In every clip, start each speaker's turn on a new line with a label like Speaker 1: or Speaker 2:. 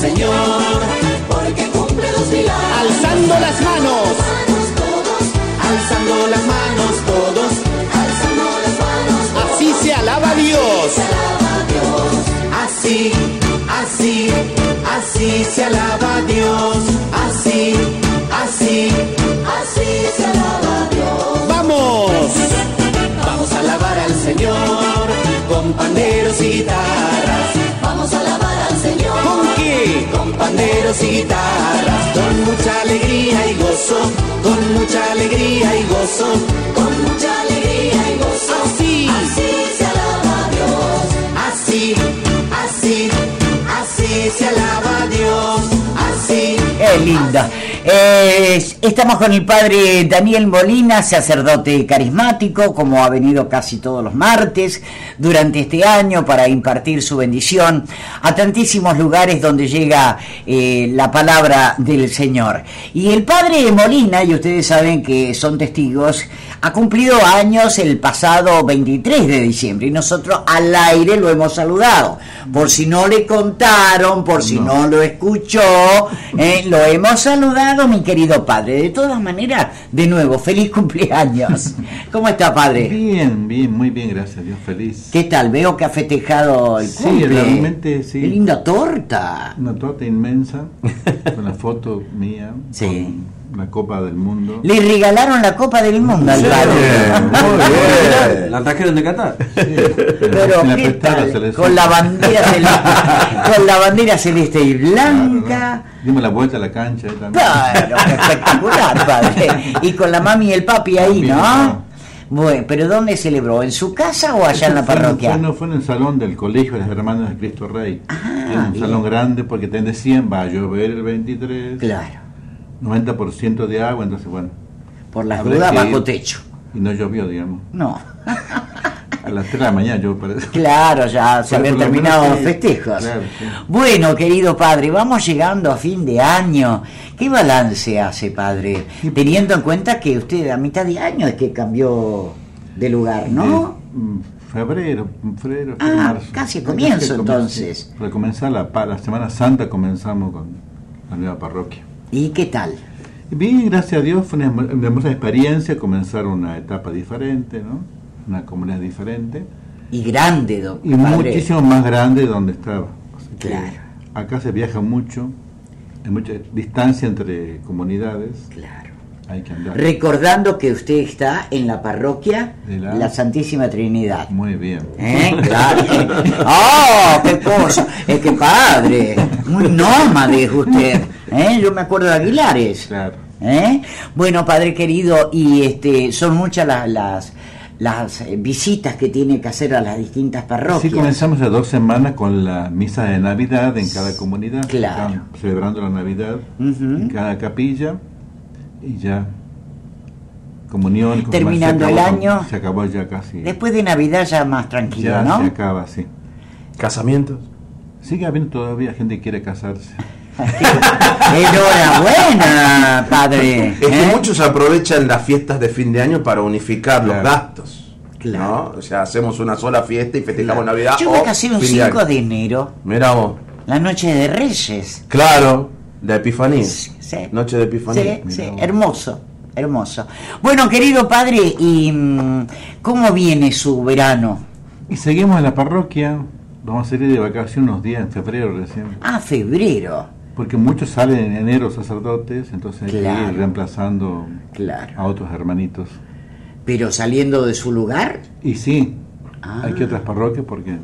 Speaker 1: Señor, porque cumple los milagros.
Speaker 2: Alzando las manos.
Speaker 1: Manos todos, alzando las manos todos, alzando las manos todos.
Speaker 2: Así se alaba a
Speaker 1: se
Speaker 2: Dios.
Speaker 1: alaba a Dios.
Speaker 2: Así, así, así se alaba a Dios. Así, así.
Speaker 1: Así se alaba a Dios.
Speaker 2: Vamos.
Speaker 1: Vamos a alabar al Señor.
Speaker 2: Señor, con panderos y guitarras.
Speaker 1: Vamos a alabar al Señor.
Speaker 2: ¿Con qué? Con panderos y guitarras. Con mucha alegría y gozo. Con mucha alegría y gozo.
Speaker 1: Con mucha alegría y gozo.
Speaker 2: Así.
Speaker 1: Así se alaba a Dios.
Speaker 2: Así, así, así se alaba a Dios. Así.
Speaker 3: Es lindo. Eh, estamos con el padre Daniel Molina, sacerdote carismático, como ha venido casi todos los martes durante este año para impartir su bendición a tantísimos lugares donde llega eh, la palabra del Señor. Y el padre Molina, y ustedes saben que son testigos, ha cumplido años el pasado 23 de diciembre y nosotros al aire lo hemos saludado. Por si no le contaron, por si no, lo escuchó, eh, lo hemos saludado, mi querido padre. De todas maneras, de nuevo, feliz cumpleaños. ¿Cómo está, padre?
Speaker 4: Bien, bien, muy bien, gracias a Dios, feliz.
Speaker 3: ¿Qué tal? Veo que ha festejado el
Speaker 4: Sí,
Speaker 3: cumple.
Speaker 4: realmente, sí.
Speaker 3: Qué linda torta.
Speaker 4: Una torta inmensa, con la foto mía,
Speaker 3: Sí.
Speaker 4: con la Copa del Mundo.
Speaker 3: Le regalaron la Copa del Mundo al padre.
Speaker 5: La trajeron de Qatar.
Speaker 3: Pero
Speaker 4: En la
Speaker 3: ¿qué
Speaker 4: pestaña
Speaker 3: tal?
Speaker 4: se le
Speaker 3: Con
Speaker 4: hizo.
Speaker 3: la bandera celeste, con la bandera celeste y blanca.
Speaker 4: Dimos la vuelta a la cancha ahí también.
Speaker 3: Claro, espectacular, padre. Y con la mami y el papi ahí,
Speaker 4: También,
Speaker 3: ¿no?
Speaker 4: ¿no?
Speaker 3: Bueno, pero ¿dónde celebró? ¿En su casa o allá en la
Speaker 4: Fue-
Speaker 3: parroquia?
Speaker 4: Fue, no, fue en el salón del colegio de los hermanos de Cristo Rey.
Speaker 3: Ah,
Speaker 4: Era un salón grande porque te decían, va a llover el 23,
Speaker 3: Claro,
Speaker 4: 90% de agua, entonces bueno,
Speaker 3: por las
Speaker 4: Habrá
Speaker 3: dudas
Speaker 4: que ir.
Speaker 3: bajo techo.
Speaker 4: y no llovió, digamos.
Speaker 3: No,
Speaker 4: A las 3 de la mañana yo parece.
Speaker 3: claro, ya se
Speaker 4: Pero
Speaker 3: habían
Speaker 4: por lo
Speaker 3: terminado
Speaker 4: menos
Speaker 3: los
Speaker 4: sí,
Speaker 3: festejos.
Speaker 4: claro, sí.
Speaker 3: Bueno, querido padre, vamos llegando a fin de año. ¿Qué balance hace, padre? Teniendo en cuenta que usted a mitad de año es que cambió de lugar, ¿no?
Speaker 4: Eh, mm, febrero, mm, febrero,
Speaker 3: Ah, casi al comienzo,
Speaker 4: Casi al
Speaker 3: entonces.
Speaker 4: Para comenzar la, pa- la Semana Santa comenzamos con la nueva parroquia.
Speaker 3: ¿Y qué tal?
Speaker 4: Bien, gracias a Dios, fue una, hermo- una hermosa experiencia comenzar una etapa diferente, ¿no? Una comunidad diferente
Speaker 3: Y grande, don
Speaker 4: y
Speaker 3: padre.
Speaker 4: muchísimo más grande de donde estaba. Así que
Speaker 3: Claro.
Speaker 4: Acá se viaja mucho, hay mucha distancia entre comunidades,
Speaker 3: Claro.
Speaker 4: hay que andar.
Speaker 3: Recordando que usted está en la parroquia
Speaker 4: De
Speaker 3: la,
Speaker 4: la-
Speaker 3: Santísima Trinidad.
Speaker 4: Muy bien.
Speaker 3: ¿Eh? Claro. ¡Oh, qué cosa! Es que padre, muy nómade es usted. ¿Eh? Yo me acuerdo de Aguilares.
Speaker 4: Claro.
Speaker 3: ¿Eh? Bueno, padre querido, y este, son muchas las, las, las, eh, visitas que tiene que hacer a las distintas
Speaker 4: Así
Speaker 3: parroquias.
Speaker 4: comenzamos las dos semanas con la misa de Navidad en cada comunidad,
Speaker 3: Claro.
Speaker 4: Están celebrando la Navidad
Speaker 3: Ujú.
Speaker 4: en cada capilla y ya comunión. con-
Speaker 3: Terminando
Speaker 4: se
Speaker 3: el
Speaker 4: acabó-
Speaker 3: año.
Speaker 4: Se acabó ya casi.
Speaker 3: Después de Navidad ya más tranquilo,
Speaker 4: ya
Speaker 3: ¿no?
Speaker 4: se acaba, sí.
Speaker 5: Casamientos.
Speaker 4: Sigue habiendo todavía gente que quiere casarse.
Speaker 3: Enhorabuena, padre.
Speaker 6: Es que
Speaker 3: ¿eh?
Speaker 6: muchos aprovechan las fiestas de fin de año para unificar los
Speaker 4: Claro.
Speaker 6: gastos.
Speaker 3: Claro.
Speaker 6: ¿no? O sea, hacemos una sola fiesta y festejamos Navidad.
Speaker 3: Yo
Speaker 6: o
Speaker 3: me casé un
Speaker 6: fin de
Speaker 3: 5
Speaker 6: año.
Speaker 3: de enero,
Speaker 6: Mirá vos.
Speaker 3: la noche de Reyes.
Speaker 6: Claro, la Epifanía.
Speaker 3: Sí.
Speaker 6: Noche de Epifanía.
Speaker 3: Sí, sí, hermoso, hermoso. Bueno, querido padre, ¿y mm, cómo viene su verano?
Speaker 4: Y seguimos en la parroquia. Vamos a salir de vacaciones unos días en febrero recién.
Speaker 3: Ah, febrero.
Speaker 4: Porque muchos salen en enero sacerdotes, entonces hay que
Speaker 3: Claro.
Speaker 4: ir reemplazando
Speaker 3: Claro.
Speaker 4: a otros hermanitos.
Speaker 3: Pero saliendo de su lugar,
Speaker 4: Y sí,
Speaker 3: Ah.
Speaker 4: hay que otras parroquias porque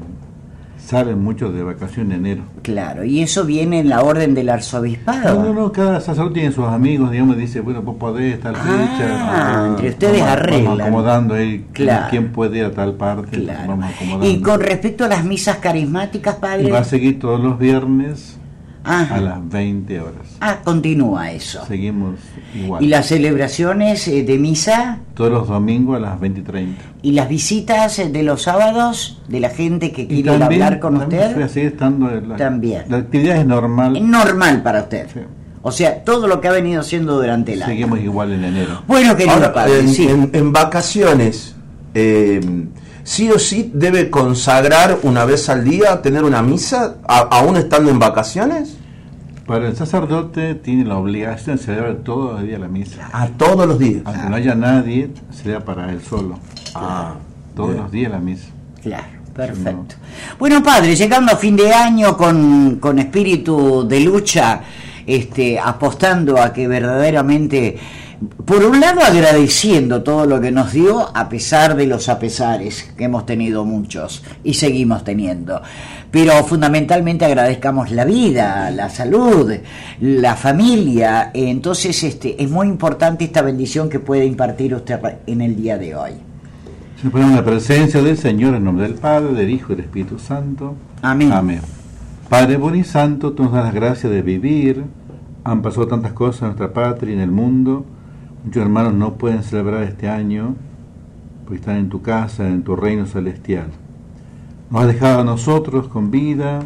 Speaker 4: salen muchos de vacaciones en enero.
Speaker 3: claro. Y eso viene en la orden del arzobispado.
Speaker 4: No, no, no, cada sacerdote tiene sus amigos, digamos, dice, bueno, vos podés, tal
Speaker 3: Ah,
Speaker 4: fecha.
Speaker 3: entre ustedes
Speaker 4: vamos,
Speaker 3: arreglan.
Speaker 4: Vamos acomodando ahí
Speaker 3: Claro.
Speaker 4: quién puede ir a tal parte, entonces
Speaker 3: Claro.
Speaker 4: vamos acomodando.
Speaker 3: Y con respecto a las misas carismáticas,
Speaker 4: Y
Speaker 3: padre.
Speaker 4: va a seguir todos los viernes
Speaker 3: Ajá.
Speaker 4: a las 20 horas.
Speaker 3: Ah, continúa eso.
Speaker 4: Seguimos igual.
Speaker 3: Y las celebraciones eh, de misa
Speaker 4: Todos los domingos a las 20 y 30.
Speaker 3: y las visitas eh, de los sábados de la gente que
Speaker 4: Y
Speaker 3: quiere hablar con
Speaker 4: también
Speaker 3: usted.
Speaker 4: se va a seguir estando en la,
Speaker 3: También.
Speaker 4: La actividad es normal,
Speaker 3: es normal para usted.
Speaker 4: Sí.
Speaker 3: O sea, todo lo que ha venido haciendo durante el año.
Speaker 4: seguimos igual en enero.
Speaker 3: Bueno, querido
Speaker 6: Ahora,
Speaker 3: padre,
Speaker 6: en,
Speaker 3: sí.
Speaker 6: en- en vacaciones, eh, sí o sí debe consagrar una vez al día, tener una misa, a- aún estando en vacaciones.
Speaker 4: Para el sacerdote tiene la obligación de celebrar todos los días la misa.
Speaker 6: Ah, todos los días.
Speaker 4: Aunque no haya nadie, sea para él solo.
Speaker 6: Ah,
Speaker 3: Eh,
Speaker 4: Todos
Speaker 6: bien.
Speaker 4: los días la misa.
Speaker 3: Claro, perfecto. Bueno, padre, llegando a fin de año con, con espíritu de lucha, este, apostando a que verdaderamente, por un lado agradeciendo todo lo que nos dio, a pesar de los apesares que hemos tenido muchos y seguimos teniendo, pero fundamentalmente agradezcamos la vida, la salud, la familia, entonces este, es muy importante esta bendición que puede impartir usted en el día de hoy.
Speaker 4: Se pone en la presencia del Señor en nombre del Padre, del Hijo y del Espíritu Santo.
Speaker 3: Amén.
Speaker 4: Amén. Padre bueno y santo, tú nos das las gracias de vivir. Han pasado tantas cosas en nuestra patria y en el mundo. Muchos hermanos no pueden celebrar este año porque están en tu casa, en tu reino celestial. Nos has dejado a nosotros con vida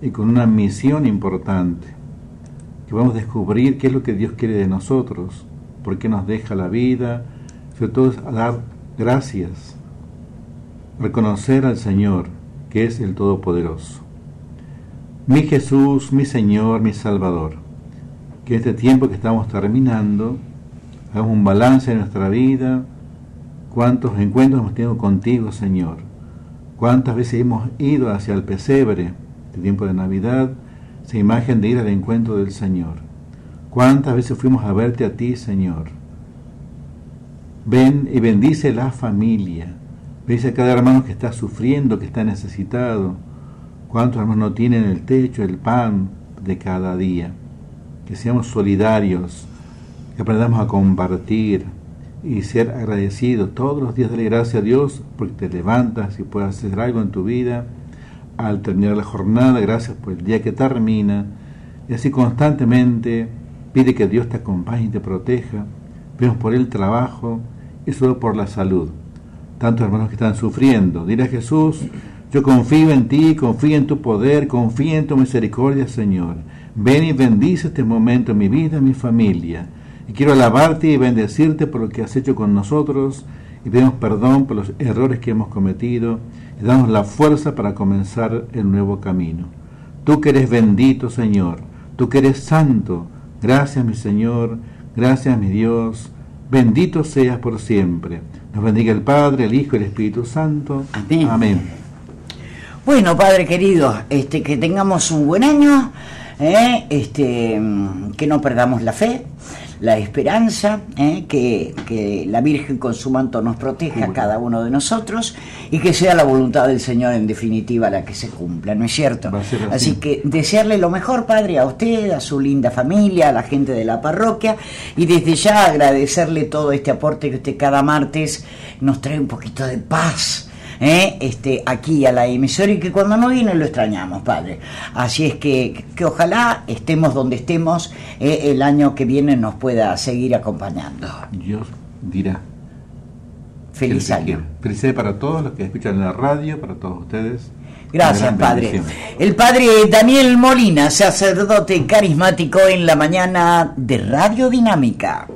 Speaker 4: y con una misión importante. Que vamos a descubrir qué es lo que Dios quiere de nosotros, por qué nos deja la vida, sobre todo es a dar gracias, reconocer al Señor, que es el Todopoderoso. Mi Jesús, mi Señor, mi Salvador, que este tiempo que estamos terminando, hagamos un balance de nuestra vida, cuántos encuentros hemos tenido contigo, Señor, cuántas veces hemos ido hacia el pesebre, este tiempo de Navidad, esa imagen de ir al encuentro del Señor, cuántas veces fuimos a verte a ti, Señor. Ven y bendice la familia, bendice a cada hermano que está sufriendo, que está necesitado, ¿Cuántos hermanos no tienen el techo, el pan de cada día? Que seamos solidarios, que aprendamos a compartir y ser agradecidos. Todos los días dale gracias a Dios porque te levantas y puedes hacer algo en tu vida. Al terminar la jornada, gracias por el día que termina. Y así constantemente pide que Dios te acompañe y te proteja. Pedimos por el trabajo y solo por la salud tantos hermanos que están sufriendo. Dile a Jesús, yo confío en ti, confío en tu poder, confío en tu misericordia, Señor. Ven y bendice este momento en mi vida, en mi familia. Y quiero alabarte y bendecirte por lo que has hecho con nosotros. Y pedimos perdón por los errores que hemos cometido. Y damos la fuerza para comenzar el nuevo camino. Tú que eres bendito, Señor. Tú que eres santo. Gracias, mi Señor. Gracias, mi Dios. Bendito seas por siempre. Nos bendiga el Padre, el Hijo y el Espíritu Santo.
Speaker 3: Amén.
Speaker 4: Amén.
Speaker 3: Bueno, padre querido, este, que tengamos un buen año, ¿eh? este, mm, que no perdamos la fe, la esperanza, ¿eh? que, que la Virgen con su manto nos proteja a cada uno de nosotros y que sea la voluntad del Señor en definitiva la que se cumpla, ¿no es cierto?
Speaker 4: Va a ser así.
Speaker 3: Así que eh, desearle lo mejor, padre, a usted, a su linda familia, a la gente de la parroquia y desde ya agradecerle todo este aporte que usted cada martes nos trae un poquito de paz. ¿eh? este, aquí a la emisora y que cuando no viene lo extrañamos, padre. Así es que, que ojalá estemos donde estemos, eh, el año que viene nos pueda seguir acompañando.
Speaker 4: Dios dirá.
Speaker 3: Feliz
Speaker 4: que el que
Speaker 3: año.
Speaker 4: quiera. Feliz año para todos los que escuchan la radio, para todos ustedes.
Speaker 3: Gracias,
Speaker 4: Una gran
Speaker 3: padre.
Speaker 4: bendición.
Speaker 3: El padre Daniel Molina, sacerdote carismático en la mañana de Radio Dinámica.